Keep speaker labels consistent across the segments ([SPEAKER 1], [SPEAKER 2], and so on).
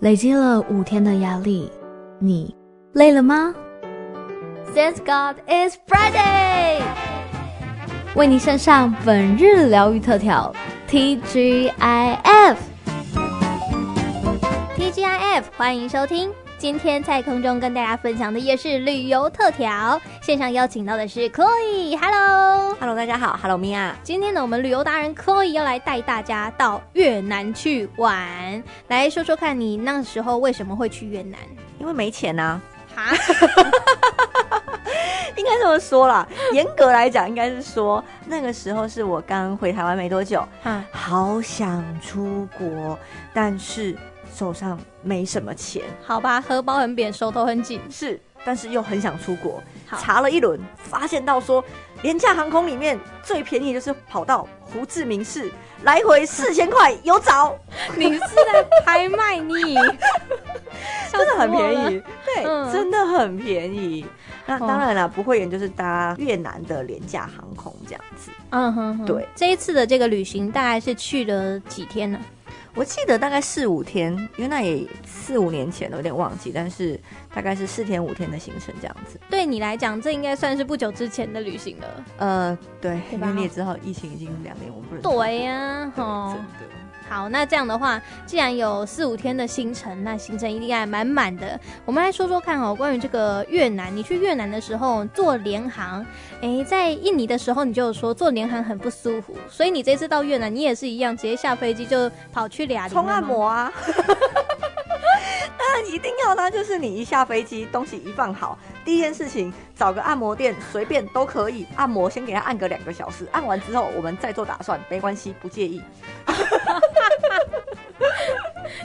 [SPEAKER 1] 累积了五天的压力，你累了吗
[SPEAKER 2] ？Thanks God it's Friday，
[SPEAKER 1] 为你献上本日疗愈特调 TGIF。
[SPEAKER 2] TGIF，欢迎收听。今天在空中跟大家分享的也是旅游特调，线上邀请到的是 Chloe，Hello。
[SPEAKER 3] Hello，大家好，Hello 米娅。
[SPEAKER 2] 今天呢，我们旅游达人 Chloe 要来带大家到越南去玩，来说说看你那时候为什么会去越南？
[SPEAKER 3] 因为没钱呐、
[SPEAKER 2] 哈，
[SPEAKER 3] 应该这么说啦。严格来讲，应该是说那个时候是我刚回台湾没多久，
[SPEAKER 2] 嗯
[SPEAKER 3] 好想出国，但是手上没什么钱，
[SPEAKER 2] 好吧，荷包很扁，手头很紧。
[SPEAKER 3] 是，但是又很想出国。
[SPEAKER 2] 好
[SPEAKER 3] 查了一轮，发现到说廉价航空里面最便宜就是跑到胡志明市，来回四千块有找，
[SPEAKER 2] 你是在拍卖你？
[SPEAKER 3] 真的很便
[SPEAKER 2] 宜。
[SPEAKER 3] 宜，对，
[SPEAKER 2] 嗯
[SPEAKER 3] 真的很便宜。那
[SPEAKER 2] 哦
[SPEAKER 3] 当然啦，不会演就是搭越南的廉价航空这样子。
[SPEAKER 2] 嗯哼哼，
[SPEAKER 3] 对，
[SPEAKER 2] 这一次的这个旅行大概是去了几天呢？
[SPEAKER 3] 我记得大概四五天，因为那也四五年前了，有点忘记，但是大概是四天五天的行程这样子。
[SPEAKER 2] 对你来讲，这应该算是不久之前的旅行了。
[SPEAKER 3] 呃，对，
[SPEAKER 2] 对
[SPEAKER 3] 因
[SPEAKER 2] 吧
[SPEAKER 3] 为你也知道，疫情已经两年，我们不能出国
[SPEAKER 2] 对哦呀、
[SPEAKER 3] 对
[SPEAKER 2] 吼
[SPEAKER 3] 真的。
[SPEAKER 2] 好，那这样的话，既然有四五天的行程，那行程一定还满满的。我们来说说看哦，关于这个越南，你去越南的时候坐联航，诶，在印尼的时候你就有说坐联航很不舒服，所以你这次到越南，你也是一样，直接下飞机就跑去俩
[SPEAKER 3] 冲按。摩啊。 当然一定要啦，就是你一下飞机，东西一放好，第一件事情找个按摩店，随便都可以按摩，先给他按个两个小时，按完之后我们再做打算，没关系，不介意。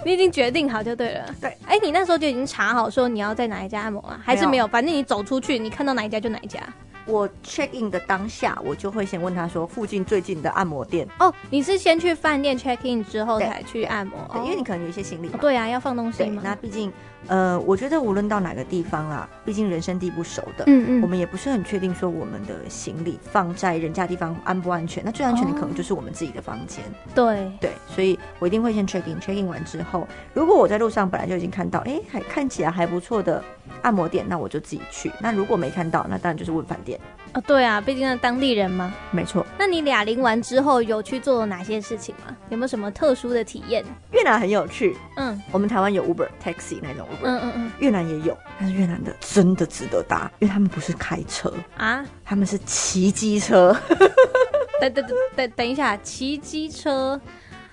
[SPEAKER 2] 你已经决定好就对了。
[SPEAKER 3] 对，
[SPEAKER 2] 哎，你那时候就已经查好说你要在哪一家按摩啊？还是没有？反正你走出去，你看到哪一家就哪一家。
[SPEAKER 3] 我 check in 的当下，我就会先问他说附近最近的按摩店，
[SPEAKER 2] 哦，你是先去饭店 check in 之后
[SPEAKER 3] 对
[SPEAKER 2] 才去按摩，
[SPEAKER 3] 对
[SPEAKER 2] 哦
[SPEAKER 3] 因为你可能有一些行李嘛。
[SPEAKER 2] 哦对啊，要放东西
[SPEAKER 3] 对，
[SPEAKER 2] 嘛。
[SPEAKER 3] 那毕竟，呃，我觉得无论到哪个地方啊，毕竟人生地不熟的，
[SPEAKER 2] 嗯
[SPEAKER 3] 我们也不是很确定说我们的行李放在人家地方安不安全。那最安全的
[SPEAKER 2] 哦
[SPEAKER 3] 可能就是我们自己的房间。
[SPEAKER 2] 对，
[SPEAKER 3] 对，所以我一定会先 check in，check in 完之后，如果我在路上本来就已经看到，哎，还看起来还不错的按摩店，那我就自己去。那如果没看到，那当然就是问饭店。
[SPEAKER 2] 啊对啊，毕竟是当地人嘛。
[SPEAKER 3] 没错，
[SPEAKER 2] 那你俩淋完之后有去做哪些事情吗？有没有什么特殊的体验？
[SPEAKER 3] 越南很有趣，
[SPEAKER 2] 嗯
[SPEAKER 3] 我们台湾有 Uber Taxi 那种 Uber，、
[SPEAKER 2] 嗯嗯嗯
[SPEAKER 3] 越南也有，但是越南的真的值得搭，因为他们不是开车，
[SPEAKER 2] 啊，
[SPEAKER 3] 他们是骑机车。
[SPEAKER 2] 等等等等等一下，骑机车，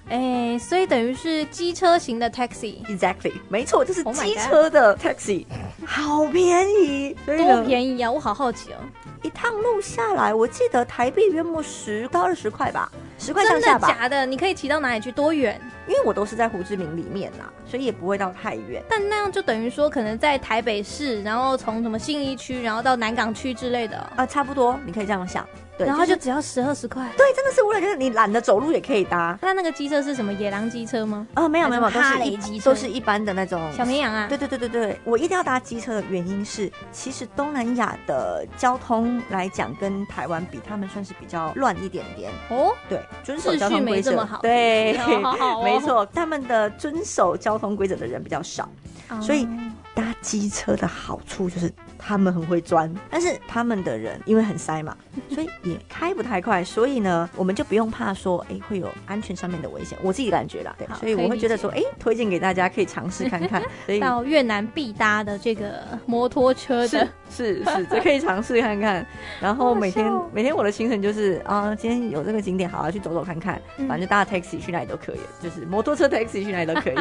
[SPEAKER 2] 哎、所以等于是机车型的 taxi，
[SPEAKER 3] Exactly，没错，就是
[SPEAKER 2] Oh my
[SPEAKER 3] 机车的 taxi，、好便宜，所以呢
[SPEAKER 2] 多便宜啊！我好好奇哦，
[SPEAKER 3] 一趟路下来，我记得台币约莫十到二十块吧，十块上
[SPEAKER 2] 真
[SPEAKER 3] 下
[SPEAKER 2] 的
[SPEAKER 3] 吧。
[SPEAKER 2] 假的？你可以骑到哪里去？多远？
[SPEAKER 3] 因为我都是在胡志明里面啦，所以也不会到太远。
[SPEAKER 2] 但那样就等于说，可能在台北市，然后从什么信义区，然后到南港区之类的哦、
[SPEAKER 3] 啊、差不多，你可以这样想。对，
[SPEAKER 2] 然后就是只要十二十块。
[SPEAKER 3] 对，真的是无论就是你懒得走路也可以搭。
[SPEAKER 2] 那那个机车是什么？野狼机车吗？
[SPEAKER 3] 呃，没有没
[SPEAKER 2] 那
[SPEAKER 3] 有，
[SPEAKER 2] 种
[SPEAKER 3] 没有
[SPEAKER 2] 哈
[SPEAKER 3] 都是
[SPEAKER 2] 雷
[SPEAKER 3] 一
[SPEAKER 2] 机车
[SPEAKER 3] 都是一般的那种
[SPEAKER 2] 小绵羊啊？
[SPEAKER 3] 对对对对对，我一定要搭机车的原因是，其实东南亚的交通来讲，跟台湾比，他们算是比较乱一点点。
[SPEAKER 2] 哦，
[SPEAKER 3] 对，遵守交
[SPEAKER 2] 秩序
[SPEAKER 3] 通规
[SPEAKER 2] 没这么
[SPEAKER 3] 则
[SPEAKER 2] 好。，
[SPEAKER 3] 对，
[SPEAKER 2] 好好哦
[SPEAKER 3] 没，错，他们的遵守交通规则的人比较少。
[SPEAKER 2] 哦
[SPEAKER 3] 所以搭机车的好处就是他们很会钻，但是他们的人因为很 塞嘛，所以也开不太快，所以呢，我们就不用怕说，哎、会有安全上面的危险。我自己感觉啦，对
[SPEAKER 2] 好，
[SPEAKER 3] 所以
[SPEAKER 2] 可以
[SPEAKER 3] 我会觉得
[SPEAKER 2] 理解
[SPEAKER 3] 说，哎、推荐给大家可以尝试看看。所以
[SPEAKER 2] 到越南必搭的这个摩托车
[SPEAKER 3] 是
[SPEAKER 2] 的，
[SPEAKER 3] 是是，这可以尝试看看。然
[SPEAKER 2] 好
[SPEAKER 3] 后
[SPEAKER 2] 好
[SPEAKER 3] 每天
[SPEAKER 2] 笑哦
[SPEAKER 3] 每天我的行程就是啊，今天有这个景点，好好去走走看看，
[SPEAKER 2] 嗯
[SPEAKER 3] 反正就搭 taxi 去哪里都可以，就是摩托车 taxi 去哪里都 可以。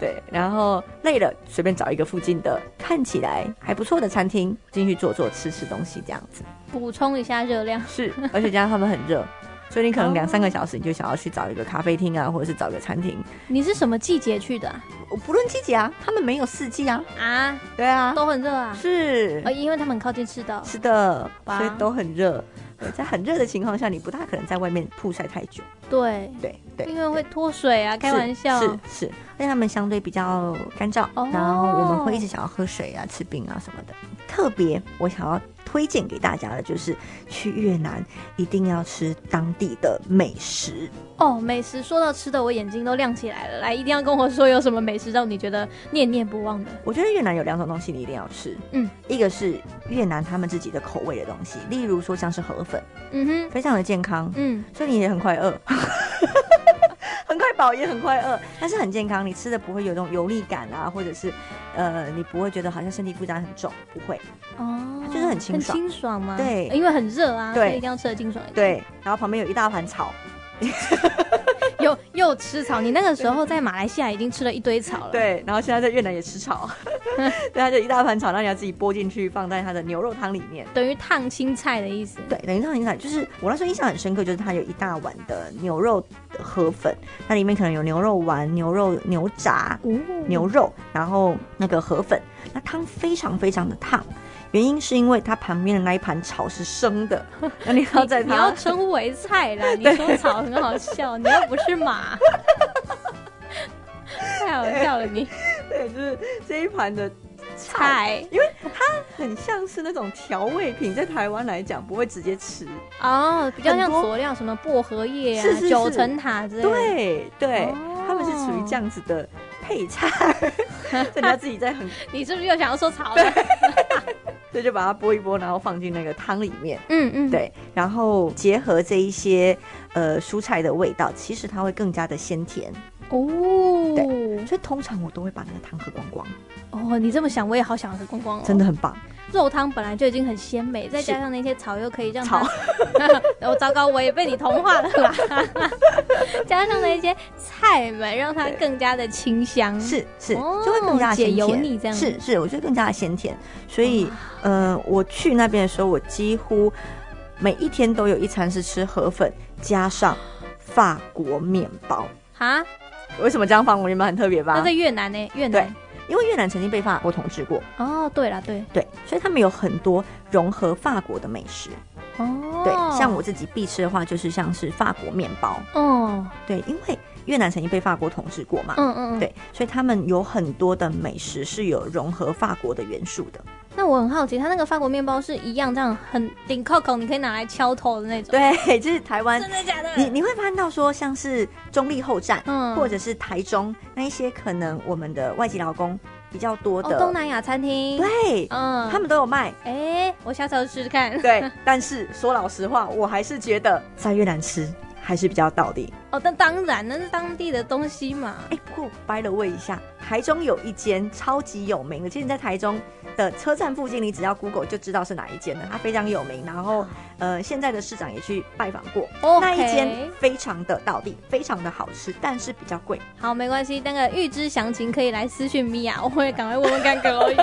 [SPEAKER 3] 对，然后累了随便找一个附近的看起来还不错的餐厅进去坐坐，吃吃东西这样 子。
[SPEAKER 2] 补充一下热量。
[SPEAKER 3] 是，而且加上他们很热。所以你可能两三
[SPEAKER 2] 哦
[SPEAKER 3] 个小时，你就想要去找一个咖啡厅啊，或者是找一个餐厅。
[SPEAKER 2] 你是什么季节去的啊？
[SPEAKER 3] 我不论季节啊，他们没有四季啊。
[SPEAKER 2] 啊
[SPEAKER 3] 对啊，
[SPEAKER 2] 都很热啊，
[SPEAKER 3] 是
[SPEAKER 2] 呃，因为他们很靠近赤道。
[SPEAKER 3] 是的，
[SPEAKER 2] 哇
[SPEAKER 3] 所以都很热。对在很热的情况下，你不大可能在外面曝晒太久。
[SPEAKER 2] 对
[SPEAKER 3] 对，对，
[SPEAKER 2] 因为会脱水啊，开玩笑。
[SPEAKER 3] 是是，而且他们相对比较干燥，
[SPEAKER 2] 哦
[SPEAKER 3] 然后我们会一直想要喝水啊、吃冰啊什么的。特别我想要推荐给大家的就是，去越南一定要吃当地的美食。
[SPEAKER 2] 哦，美食说到吃的，我眼睛都亮起来了。来，一定要跟我说有什么美食让你觉得念念不忘的。
[SPEAKER 3] 我觉得越南有两种东西你一定要吃，
[SPEAKER 2] 嗯，
[SPEAKER 3] 一个是越南他们自己的口味的东西，例如说像是河粉，
[SPEAKER 2] 嗯哼，
[SPEAKER 3] 非常的健康，
[SPEAKER 2] 嗯，
[SPEAKER 3] 所以你也很快饿。 很快饱也很快饿，但是很健康。你吃的不会有那种油腻感啊，或者是，呃，你不会觉得好像身体负担很重，不会。
[SPEAKER 2] 哦，
[SPEAKER 3] 就是很清爽
[SPEAKER 2] 很清爽吗？
[SPEAKER 3] 对
[SPEAKER 2] 因为很热啊，所
[SPEAKER 3] 对
[SPEAKER 2] 以一定要吃的清爽一点。
[SPEAKER 3] 对，然后旁边有一大盘草，
[SPEAKER 2] 对，又又吃草，你那个时候在马来西亚已经吃了一堆草了。，
[SPEAKER 3] 对，呃然后现在在越南也吃 草，对，它就一大盘草，那你要自己剥进去，放在它的牛肉汤里面。
[SPEAKER 2] 等于烫青菜的意思。
[SPEAKER 3] 对，等于它很惨，就是我那时候印象很深刻，就是它有一大碗的牛肉河粉，它里面可能有牛肉丸、牛肉牛杂、
[SPEAKER 2] 哦，
[SPEAKER 3] 牛肉，然后那个河粉，那汤非常非常的烫，原因是因为它旁边的那一盘草是 生的，那你要在
[SPEAKER 2] 你要
[SPEAKER 3] 它
[SPEAKER 2] 称呼为菜 啦，你说草很好笑，你又不是马，太好笑了你。
[SPEAKER 3] 对，就是这一盘的菜
[SPEAKER 2] 菜
[SPEAKER 3] 很像是那种调味品，在台湾来讲不会直接吃。
[SPEAKER 2] 哦，比较像
[SPEAKER 3] 很多
[SPEAKER 2] 佐料，什么薄荷叶啊、
[SPEAKER 3] 是是是
[SPEAKER 2] 九层塔之类的。
[SPEAKER 3] 对对，
[SPEAKER 2] 哦
[SPEAKER 3] 他们是属于这样子的配菜， 所以你要自己在很，
[SPEAKER 2] 你是不是又想要说草了？
[SPEAKER 3] 所以就把它剥一剥，然后放进那个汤里面，
[SPEAKER 2] 嗯嗯，
[SPEAKER 3] 对，然后结合这一些呃蔬菜的味道，其实它会更加的鲜甜。
[SPEAKER 2] 哦，
[SPEAKER 3] 所以通常我都会把那个汤喝光光，
[SPEAKER 2] 哦，你这么想，我也好想喝光光哦。
[SPEAKER 3] 真的，很棒。
[SPEAKER 2] 肉汤本来就已经很鲜美，再
[SPEAKER 3] 是
[SPEAKER 2] 加上那些草，又可以让它
[SPEAKER 3] 草。
[SPEAKER 2] 我糟糕，我也被你同化了 啦！加上了一些菜们，让它
[SPEAKER 3] 对
[SPEAKER 2] 更加的清香。，
[SPEAKER 3] 是是，
[SPEAKER 2] 哦
[SPEAKER 3] 就会更加的
[SPEAKER 2] 解
[SPEAKER 3] 鲜
[SPEAKER 2] 油
[SPEAKER 3] 甜
[SPEAKER 2] 腻这样
[SPEAKER 3] 是是，我觉得更加的鲜甜。所以，呃，我去那边的时候，我几乎呃每一天都有一餐是吃河粉加上法国面包。
[SPEAKER 2] 哈，
[SPEAKER 3] 为什么这样法国面包很特别
[SPEAKER 2] 那
[SPEAKER 3] 吧
[SPEAKER 2] 在？越南呢？越南。
[SPEAKER 3] 因为越南曾经被法国统治过，
[SPEAKER 2] 哦，对了，对，
[SPEAKER 3] 对，所以他们有很多融合法国的美食。
[SPEAKER 2] 哦，
[SPEAKER 3] 对，像，我自己必吃的话，就是像是法国面包。
[SPEAKER 2] 哦，
[SPEAKER 3] 对，因为越南曾经被法国统治过嘛。
[SPEAKER 2] 嗯嗯，嗯。
[SPEAKER 3] 对，所以他们有很多的美食是有融合法国的元素的。
[SPEAKER 2] 那我很好奇，它那个法国面包是一样这样很顶扣扣，你可以拿来敲头的那种。
[SPEAKER 3] 对，就是台湾，
[SPEAKER 2] 真的假的？
[SPEAKER 3] 你你会看到说像是中立后站，
[SPEAKER 2] 嗯
[SPEAKER 3] 或者是台中那一些可能我们的外籍劳工比较多
[SPEAKER 2] 哦，
[SPEAKER 3] 的，
[SPEAKER 2] 东南亚餐厅。，
[SPEAKER 3] 对，
[SPEAKER 2] 嗯，
[SPEAKER 3] 他们都 有卖。
[SPEAKER 2] 哎、我下次要试试看。
[SPEAKER 3] 对，但是说老实话，我还是觉得在越南吃还是比较到底。
[SPEAKER 2] 哦，但当然，那是当地的东西嘛。
[SPEAKER 3] 哎，不过掰了问一下，台中有一间超级有名的，其实你在台中的车站附近，你只要 Google 就知道是哪一间了，它非常有名。然后，呃，现在的市长也去拜访过
[SPEAKER 2] OK
[SPEAKER 3] 那一间非常的到地，非常的好吃，但是比较贵。
[SPEAKER 2] 好，没关系，那个预知详情可以来私讯米 娅，我会赶快问问看葛欧伊，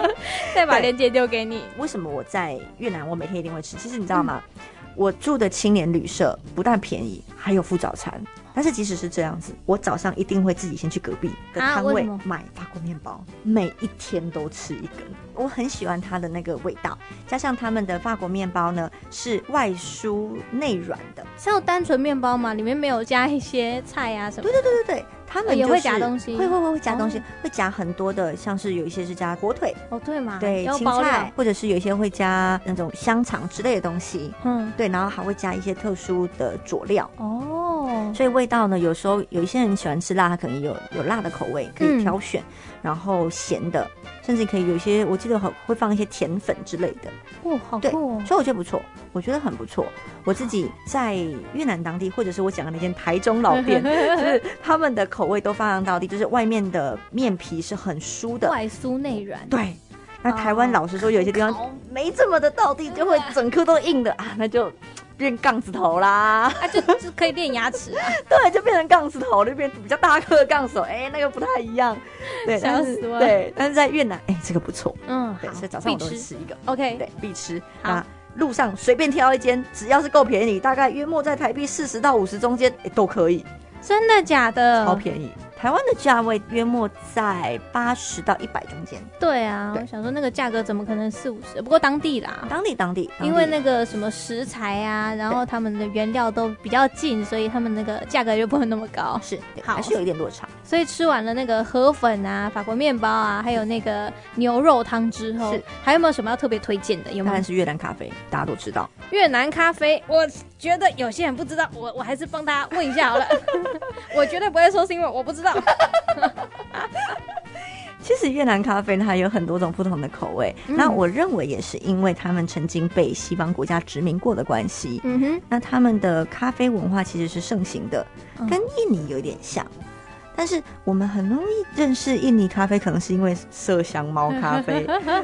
[SPEAKER 2] 再把
[SPEAKER 3] 对
[SPEAKER 2] 链接丢给你。
[SPEAKER 3] 为什么我在越南我每天一定会吃？其实你知道吗？
[SPEAKER 2] 嗯
[SPEAKER 3] 我住的青年旅社不但便宜，还有附早餐。但是即使是这样子，我早上一定会自己先去隔壁的
[SPEAKER 2] 啊
[SPEAKER 3] 摊
[SPEAKER 2] 为
[SPEAKER 3] 位
[SPEAKER 2] 什么
[SPEAKER 3] 买法国面包，每一天都吃一根。我很喜欢它的那个味道，加上他们的法国面包呢是外酥内软的。
[SPEAKER 2] 是要单纯面包吗？里面没有加一些菜啊什么？
[SPEAKER 3] 对对对对对，他
[SPEAKER 2] 哦
[SPEAKER 3] 们、就
[SPEAKER 2] 也
[SPEAKER 3] 是
[SPEAKER 2] 会夹东西
[SPEAKER 3] 会会会会夹东西，
[SPEAKER 2] 哦
[SPEAKER 3] 会夹很多的，像是有一些是加火腿，
[SPEAKER 2] 哦，对嘛，
[SPEAKER 3] 对，
[SPEAKER 2] 要
[SPEAKER 3] 青
[SPEAKER 2] 包
[SPEAKER 3] 菜
[SPEAKER 2] 料，，
[SPEAKER 3] 或者是有一些会加那种香肠之类的东西。
[SPEAKER 2] 嗯，
[SPEAKER 3] 对，然后还会加一些特殊的佐料，
[SPEAKER 2] 哦，
[SPEAKER 3] 所以味道呢，有时候有一些人喜欢吃辣，他可能有有辣的口味可
[SPEAKER 2] 嗯
[SPEAKER 3] 以挑选，然后咸的，甚至可以有一些，我记得很会放一些甜粉之类的，
[SPEAKER 2] 哇，好
[SPEAKER 3] 对，
[SPEAKER 2] 酷哦，
[SPEAKER 3] 所以我觉得不错，我觉得很不错。我自己在越南当地，或者是我讲的那间台中 老店，就是他们的口味都非常到地，就是外面的面皮是很酥的，
[SPEAKER 2] 外酥内软。
[SPEAKER 3] 对。那台湾
[SPEAKER 2] 哦
[SPEAKER 3] 老实说，有一些地方
[SPEAKER 2] 烤
[SPEAKER 3] 没这么的到地，就会整颗都硬的啊，那就变杠子头啦。
[SPEAKER 2] 啊，就就可以练牙齿啊！
[SPEAKER 3] 对，就变成杠子头，就变比较大颗的杠手，哎、那个不太一样。对，
[SPEAKER 2] 笑
[SPEAKER 3] 但是
[SPEAKER 2] 死我了
[SPEAKER 3] 对，但是在越南，哎、这个不错。
[SPEAKER 2] 嗯，
[SPEAKER 3] 对，
[SPEAKER 2] 好，
[SPEAKER 3] 所以早上我
[SPEAKER 2] 必
[SPEAKER 3] 都会
[SPEAKER 2] 吃。
[SPEAKER 3] 吃一个，
[SPEAKER 2] OK，
[SPEAKER 3] 对，必吃。
[SPEAKER 2] 好
[SPEAKER 3] 那路上随便挑一间，只要是够便宜，大概约莫在台币四十到五十中间、哎都可以，
[SPEAKER 2] 真的假的？
[SPEAKER 3] 超便宜。台湾的价位约莫在八十到一百中间，
[SPEAKER 2] 对啊，
[SPEAKER 3] 对
[SPEAKER 2] 我想说那个价格怎么可能四五十？不过当地啦，
[SPEAKER 3] 当地当地，当地
[SPEAKER 2] 因为那个什么食材啊，然后他们的原料都比较近，所以他们那个价格就不会那么高。
[SPEAKER 3] 是对
[SPEAKER 2] 好
[SPEAKER 3] 还是有一点落差。
[SPEAKER 2] 所以吃完了那个河粉啊、法国面包啊，还有那个牛肉汤之后
[SPEAKER 3] 是，
[SPEAKER 2] 还有没有什么要特别推荐的？有
[SPEAKER 3] 当
[SPEAKER 2] 没
[SPEAKER 3] 然
[SPEAKER 2] 有
[SPEAKER 3] 是越南咖啡，大家都知道。
[SPEAKER 2] 越南咖啡？我觉得有些人不知道，我我还是帮大家问一下好 了。 我绝对不会说是因为我不知道。
[SPEAKER 3] 其实越南咖啡呢，它有很多种不同的口味。
[SPEAKER 2] 嗯
[SPEAKER 3] 那我认为也是因为他们曾经被西方国家殖民过的关系，
[SPEAKER 2] 嗯哼，
[SPEAKER 3] 那他们的咖啡文化其实是盛行的
[SPEAKER 2] 嗯，
[SPEAKER 3] 跟印尼有点像。但是我们很容易认识印尼咖啡，可能是因为麝香猫咖 啡，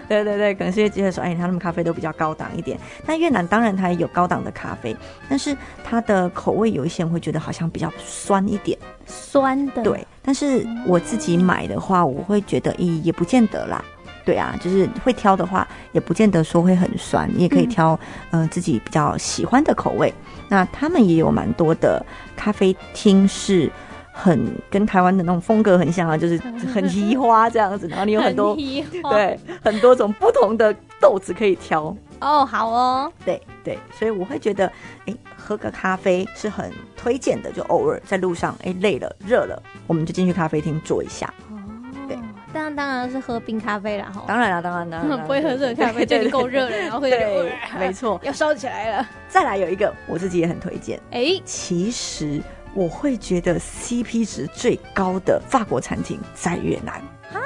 [SPEAKER 3] 对对对，可能是因为觉得说，哎，他们咖啡都比较高档一点。那越南当然它也有高档的咖啡，但是它的口味有一些人会觉得好像比较酸一点，
[SPEAKER 2] 酸的，
[SPEAKER 3] 对。但是我自己买的话，我会觉得，咦，也不见得啦。对啊，就是会挑的话，也不见得说会很酸，你也可以
[SPEAKER 2] 嗯
[SPEAKER 3] 挑，嗯、自己比较喜欢的口味。那他们也有蛮多的咖啡厅是很跟台湾的那种风格很像啊，就是很移花这样子，然后你有很 多
[SPEAKER 2] 疑惑
[SPEAKER 3] 对很多种不同的豆子可以挑。
[SPEAKER 2] 哦，好哦，
[SPEAKER 3] 对对，所以我会觉得，哎，喝个咖啡是很推荐的，就偶尔在路上，哎，累了、热了，我们就进去咖啡厅坐一下。对
[SPEAKER 2] 哦，当然当然是喝冰咖啡啦，哈，
[SPEAKER 3] 当然啦，当然啦，当 然
[SPEAKER 2] 不会喝热咖啡，就已经够。热了，然后喝
[SPEAKER 3] 对
[SPEAKER 2] 点
[SPEAKER 3] 对对
[SPEAKER 2] 热
[SPEAKER 3] 对，没错。
[SPEAKER 2] 要烧起来了。
[SPEAKER 3] 再来有一个，我自己也很推荐。
[SPEAKER 2] 哎，
[SPEAKER 3] 其实我会觉得 CP 值最高的法国餐厅在越南啊。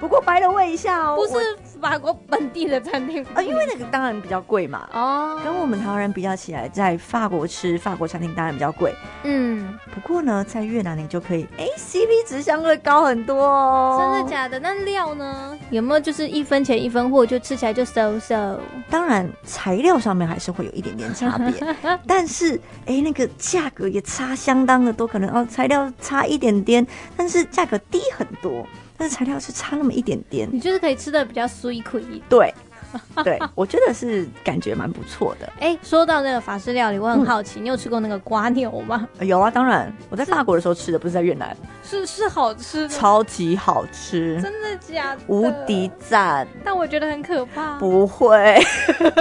[SPEAKER 3] 不过掰了问一下哦，
[SPEAKER 2] 不
[SPEAKER 3] 我
[SPEAKER 2] 是法国本地的餐厅
[SPEAKER 3] 啊，因为那个当然比较贵嘛。
[SPEAKER 2] 哦，
[SPEAKER 3] 跟我们台湾人比较起来，在法国吃法国餐厅当然比较贵，
[SPEAKER 2] 嗯，
[SPEAKER 3] 不过呢，在越南你就可以，哎、c p 值相对高很多哦。
[SPEAKER 2] 真的？假的？那料呢？有没有就是一分钱一分货，就吃起来就 so so？
[SPEAKER 3] 当然，材料上面还是会有一点点差 别，但是，哎、那个价格也差相当的多，可能哦，材料差一点点，但是价格低很多，但是材料是差那么一点点。
[SPEAKER 2] 你就是可以吃的比较酥苦一点。
[SPEAKER 3] 对，对，我觉得是感觉蛮不错的。
[SPEAKER 2] 哎，嗯说到那个法式料理，我很好奇，你有吃过那个瓜牛吗？
[SPEAKER 3] 呃有啊，当然，我在法国的时候吃的，不是在越南，
[SPEAKER 2] 是是好吃的，
[SPEAKER 3] 超级好吃，
[SPEAKER 2] 真的假的？
[SPEAKER 3] 无敌，赞。
[SPEAKER 2] 但我觉得很可怕。
[SPEAKER 3] 不会，啊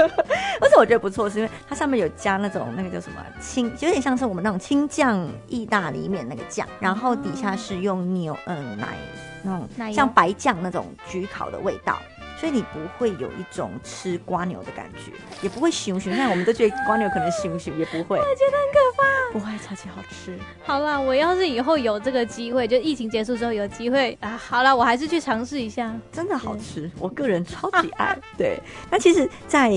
[SPEAKER 3] 而且我觉得不错，是因为它上面有加那种那个叫什么青，有点像是我们那种青酱意大利面那个酱，然后底下是用牛嗯奶那
[SPEAKER 2] 奶
[SPEAKER 3] 种
[SPEAKER 2] 油
[SPEAKER 3] 像白酱那种焗烤的味道。所以你不会有一种吃瓜牛的感觉，也不会熊熊。现在我们都觉得瓜牛可能熊熊，也不会。我觉得很可怕。不会，超级好吃。
[SPEAKER 2] 好啦，我要是以后有这个机会，就疫情结束之后有机会啊，好啦，我还是去尝试一下。
[SPEAKER 3] 真的好吃，我个人超级 爱。对，那其实，在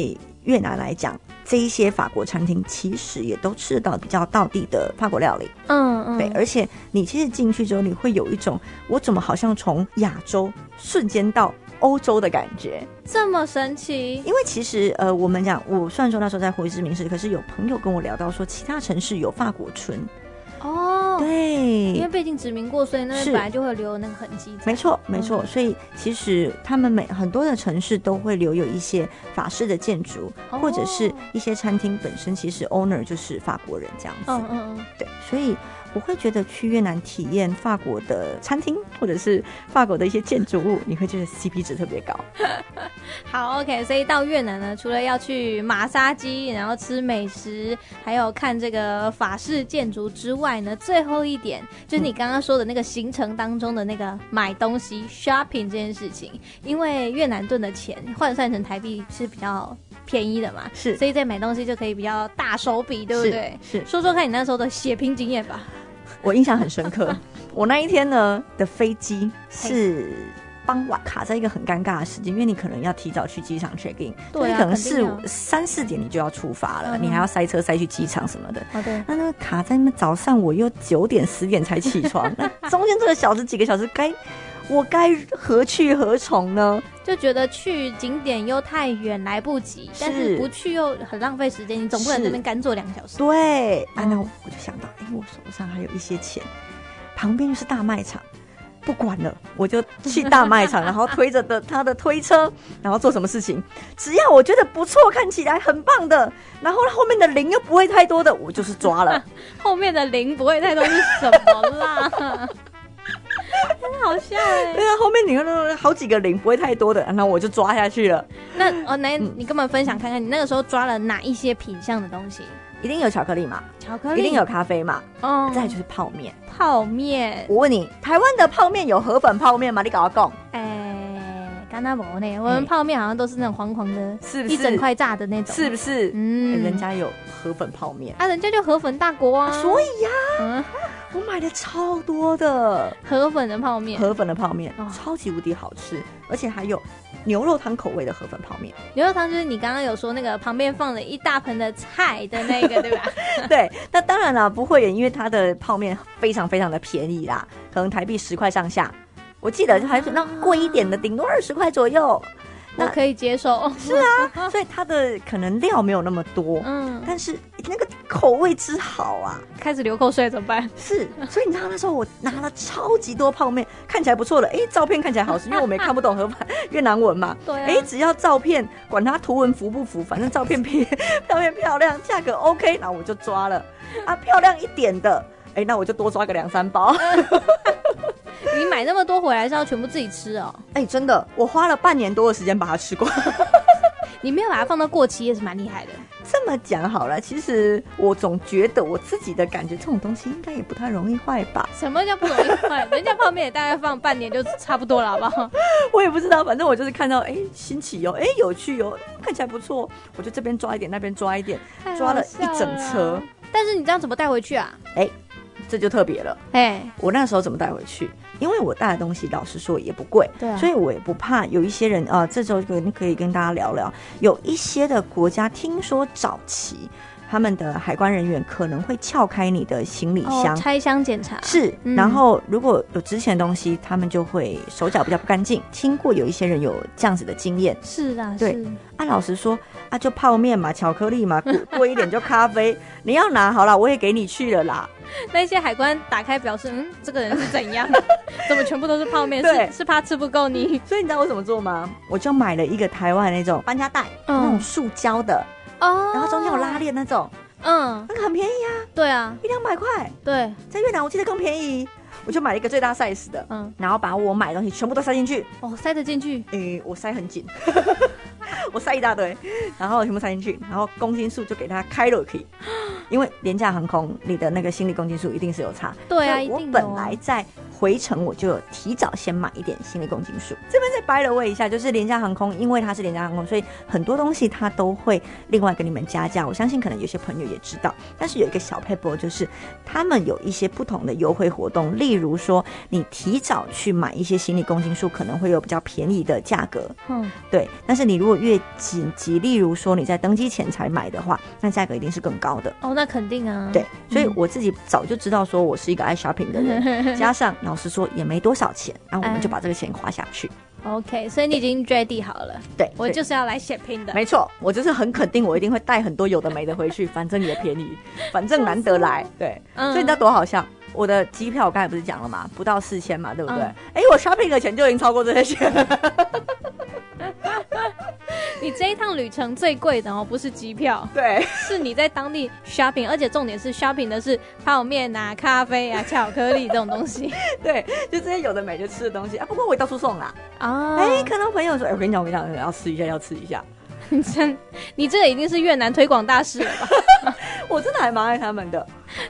[SPEAKER 3] 越南来讲，这一些法国餐厅其实也都吃得到比较道地的法国料理。
[SPEAKER 2] 嗯嗯
[SPEAKER 3] 对，而且你其实进去之后，你会有一种我怎么好像从亚洲瞬间到。欧洲的感觉，
[SPEAKER 2] 这么神奇，
[SPEAKER 3] 因为其实呃，我们讲，我虽然说那时候在胡志明市，可是有朋友跟我聊到说，其他城市有法国村，
[SPEAKER 2] 哦，因为
[SPEAKER 3] 对，
[SPEAKER 2] 毕竟殖民过，所以那边
[SPEAKER 3] 嗯是
[SPEAKER 2] 本来就会留有那个痕迹在。
[SPEAKER 3] 没错没错，
[SPEAKER 2] 嗯
[SPEAKER 3] 所以其实他们每很多的城市都会留有一些法式的建筑，
[SPEAKER 2] 哦
[SPEAKER 3] 或者是一些餐厅本身其实 owner 就是法国人这样子，
[SPEAKER 2] 嗯嗯嗯，
[SPEAKER 3] 对，所以我会觉得去越南体验法国的餐厅或者是法国的一些建筑物，你会觉得 CP 值特别高。
[SPEAKER 2] 好，OK。所以到越南呢，除了要去马杀鸡，然后吃美食，还有看这个法式建筑之外呢，最后一点就是
[SPEAKER 3] 嗯
[SPEAKER 2] 你刚刚说的那个行程当中的那个买东西 shopping 这件事情，因为越南盾的钱换算成台币是比较便宜的嘛，
[SPEAKER 3] 是
[SPEAKER 2] 所以在买东西就可以比较大手笔，对不对？
[SPEAKER 3] 是
[SPEAKER 2] 说说看你那时候的血拼经验吧。
[SPEAKER 3] 我印象很深刻。我那一天呢的飞机是傍晚，卡在一个很尴尬的时间，因为你可能要提早去机场 check in，
[SPEAKER 2] 对啊
[SPEAKER 3] 就是可能
[SPEAKER 2] 肯定
[SPEAKER 3] 四
[SPEAKER 2] 啊
[SPEAKER 3] 五三四点你就要出发了，
[SPEAKER 2] 嗯
[SPEAKER 3] 你还要塞车塞去机场什么的。
[SPEAKER 2] 好的，
[SPEAKER 3] 那那个卡在那边早上，我又九点十点才起 床，那中间这个小时几个小时该。我该何去何从呢？
[SPEAKER 2] 就觉得去景点又太远来不及，但是
[SPEAKER 3] 是
[SPEAKER 2] 不去又很浪费时间，你总不能
[SPEAKER 3] 是
[SPEAKER 2] 这边干坐两个小时。
[SPEAKER 3] 对，啊，
[SPEAKER 2] 嗯
[SPEAKER 3] 那我就想到，哎、我手上还有一些钱，旁边又是大卖场，不管了，我就去大卖场，然后推着的他的推车，然后做什么事情，只要我觉得不错，看起来很棒的，然后后面的零又不会 太多的，我就是抓了。
[SPEAKER 2] 后面的零不会太多是什么啦？好笑哎、
[SPEAKER 3] 对啊，后面你看好几个零，不会太多的，然后我就抓下去了。
[SPEAKER 2] 那哦，那
[SPEAKER 3] 嗯
[SPEAKER 2] 你跟我们分享看看，你那个时候抓了哪一些品相的东西？
[SPEAKER 3] 一定有巧克力嘛，
[SPEAKER 2] 巧克力
[SPEAKER 3] 一定有，咖啡嘛，
[SPEAKER 2] 嗯，
[SPEAKER 3] 再就是泡面。
[SPEAKER 2] 泡面，
[SPEAKER 3] 我问你，台湾的泡面有河粉泡面吗？你搞我讲，
[SPEAKER 2] 哎，干那毛呢？我们泡面好像都是那种黄黄的，
[SPEAKER 3] 是不是
[SPEAKER 2] 一整块炸的那种，
[SPEAKER 3] 是，不是？
[SPEAKER 2] 嗯
[SPEAKER 3] 人家有河粉泡面，
[SPEAKER 2] 啊，人家就河粉大国啊，
[SPEAKER 3] 所以呀、
[SPEAKER 2] 嗯
[SPEAKER 3] 我买了超多的
[SPEAKER 2] 河粉的泡面，
[SPEAKER 3] 河粉的泡面
[SPEAKER 2] 哦，
[SPEAKER 3] 超级无敌好吃，而且还有牛肉汤口味的河粉泡面。
[SPEAKER 2] 牛肉汤就是你刚刚有说那个旁边放了一大盆的菜的那个，对吧？
[SPEAKER 3] 对，那当然啦，不会也因为它的泡面非常非常的便宜啦，可能台币十块上下，我记得还是那贵一点的，顶
[SPEAKER 2] 啊
[SPEAKER 3] 多二十块左右。
[SPEAKER 2] 我
[SPEAKER 3] 那
[SPEAKER 2] 可以接受，
[SPEAKER 3] 是啊，所以它的可能料没有那么 多，
[SPEAKER 2] 嗯，
[SPEAKER 3] 但是那个口味之好啊，
[SPEAKER 2] 开始流口水怎么 办？
[SPEAKER 3] 是。所以你知道那时候我拿了超级多泡面，看起来不错的，哎，照片看起来好吃，因为我们也看不懂河版越南文嘛。
[SPEAKER 2] 对啊
[SPEAKER 3] 哎，只要照片，管它图文符不符，反正照片 漂照片漂亮，价格 OK，那我就抓了。啊，漂亮一点的，哎，那我就多抓个两三包。
[SPEAKER 2] 你买那么多回来是要全部自己吃哦，
[SPEAKER 3] 哎，真的，我花了半年多的时间把它吃光。
[SPEAKER 2] 你没有把它放到过期也是蛮厉害的。
[SPEAKER 3] 这么讲好了，其实我总觉得我自己的感觉，这种东西应该也不太容易坏吧。
[SPEAKER 2] 什么叫不容易坏？ 人家泡面也大概放半年就差不多了，好不 好？
[SPEAKER 3] 我也不知道，反正我就是看到，哎、新奇哦，哎、有趣哦，看起来不错，我就这边抓一点，那边抓一点，抓了一整车，
[SPEAKER 2] 但是你这样怎么带回去啊？
[SPEAKER 3] 哎、这就特别了。
[SPEAKER 2] 哎，
[SPEAKER 3] 我那时候怎么带回去？因为我带的东西，老实说也不贵，
[SPEAKER 2] 对啊
[SPEAKER 3] 所以我也不怕有一些人啊、呃这时候可能可以跟大家聊聊，有一些的国家听说早期他们的海关人员可能会撬开你的行李
[SPEAKER 2] 哦
[SPEAKER 3] 箱，，
[SPEAKER 2] 拆箱检查
[SPEAKER 3] 是，
[SPEAKER 2] 嗯
[SPEAKER 3] 然后如果有值钱的东西，他们就会手脚比较不干净。听过有一些人有这样子的经验
[SPEAKER 2] 是啊，
[SPEAKER 3] 对
[SPEAKER 2] 是
[SPEAKER 3] 啊，老实说啊，就泡面嘛，巧克力嘛，贵贵一点就咖啡，你要拿好了，我也给你去了啦。
[SPEAKER 2] 那些海关打开表示，嗯，这个人是怎 样？怎么全部都是泡面？
[SPEAKER 3] 对
[SPEAKER 2] 是是怕吃不够你？
[SPEAKER 3] 所以你知道我怎么做吗？我就买了一个台湾那种搬家袋，那种塑胶的，
[SPEAKER 2] 哦
[SPEAKER 3] 然后中间有拉，链那种，
[SPEAKER 2] 嗯，
[SPEAKER 3] 那个很便宜啊，
[SPEAKER 2] 对啊，
[SPEAKER 3] 一两百块，
[SPEAKER 2] 对，
[SPEAKER 3] 在越南我记得更便宜，我就买了一个最大 size 的。
[SPEAKER 2] 嗯，
[SPEAKER 3] 然后把我买的东西全部都塞进去，
[SPEAKER 2] 哦，塞得进去，
[SPEAKER 3] 诶、我塞很紧， 我塞一大堆，然后全部塞进去，然后公斤数就给它开了可以，因为廉价航空你的那个行李公斤数一定是有差。
[SPEAKER 2] 对啊，
[SPEAKER 3] 所以
[SPEAKER 2] 一
[SPEAKER 3] 我
[SPEAKER 2] 定有
[SPEAKER 3] 本来在回程我就有提早先买一点行李公斤数。这边再掰了位一下，就是廉价航空，因为它是廉价航空，所以很多东西它都会另外给你们加价。我相信可能有些朋友也知道，但是有一个小 paper 就是他们有一些不同的优惠活动，例如说你提早去买一些行李公斤数，可能会有比较便宜的价格。
[SPEAKER 2] 嗯，
[SPEAKER 3] 对，但是你如果越紧急，例如说你在登机前才买的话，那价格一定是更高的。
[SPEAKER 2] 哦，那肯定啊，
[SPEAKER 3] 对，所以我自己早就知道说我是一个爱 shopping 的人，加上老实说也没多少钱，然后我们就
[SPEAKER 2] 嗯
[SPEAKER 3] 把这个钱花下去。
[SPEAKER 2] 哦，OK，所以你已经 ready 好了，
[SPEAKER 3] 对，
[SPEAKER 2] 我
[SPEAKER 3] 对
[SPEAKER 2] 就是要来血拼的，
[SPEAKER 3] 没错，我就是很肯定，我一定会带很多有的没的回去，反正也便宜，反正难得来。对，
[SPEAKER 2] 嗯
[SPEAKER 3] 所以你知道多好笑？我的机票我刚才不是讲了嘛，不到四千嘛，对不对？
[SPEAKER 2] 嗯
[SPEAKER 3] 哎、我 shopping 的钱就已经超过这些钱了。
[SPEAKER 2] 你这一趟旅程最贵的哦，不是机票，
[SPEAKER 3] 对，
[SPEAKER 2] 是你在当地 shopping，而且重点是 shopping 的是泡面啊、咖啡啊、巧克力这种东 西
[SPEAKER 3] 对，就这些有的没的吃的东西啊。不过我也到处送啦。
[SPEAKER 2] 啊。
[SPEAKER 3] 哎、看到朋友说，哎、我跟你讲，我跟你讲，要吃一下，要吃一下。
[SPEAKER 2] 你真，你这个已经是越南推广大使了吧？
[SPEAKER 3] 我真的还蛮爱他们的。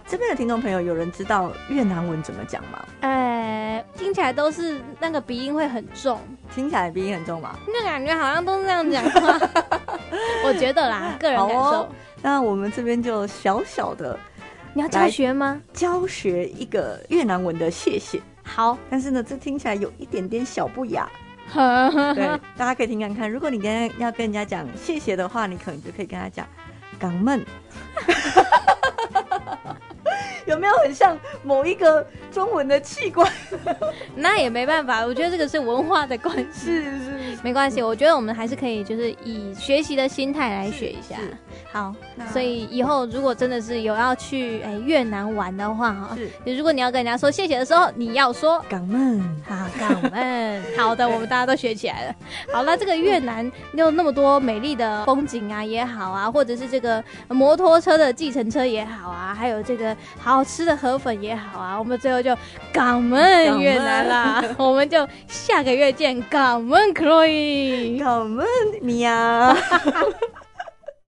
[SPEAKER 3] 这边的听众朋友，有人知道越南文怎么讲吗？
[SPEAKER 2] 哎，听起来都是那个鼻音会很重，
[SPEAKER 3] 听起来鼻音很重嘛。
[SPEAKER 2] 那感觉好像都是这样讲话。 我觉得啦，个人感受。
[SPEAKER 3] 好哦那我们这边就小小的
[SPEAKER 2] 你要教学吗？
[SPEAKER 3] 教学一个越南文的谢谢。
[SPEAKER 2] 好，，
[SPEAKER 3] 但是呢，这听起来有一点点小不雅，对 大家可以听看看。如果你跟要跟人家讲谢谢的话，你可能就可以跟他讲“港闷”，有没有很像某一个中文的器官？
[SPEAKER 2] 那也没办法，我觉得这个是文化的关系。
[SPEAKER 3] 是是是
[SPEAKER 2] 没关系，我觉得我们还是可以，就是以学习的心态来学一下
[SPEAKER 3] 是是。
[SPEAKER 2] 好，
[SPEAKER 3] 那
[SPEAKER 2] 所以以后如果真的是有要去哎越南玩的话哈，
[SPEAKER 3] 是
[SPEAKER 2] 如果你要跟人家说谢谢的时候，你要说
[SPEAKER 3] 港闷，
[SPEAKER 2] 好，港们，好的，我们大家都学起来了。好那这个越南有那么多美丽的风景啊也好啊，或者是这个摩托车的计程车也好啊，还有这个好吃的河粉也好啊，我们最后就港们越南啦， 我们就下个月见，港们 Chloe。
[SPEAKER 3] 港闷，米娅。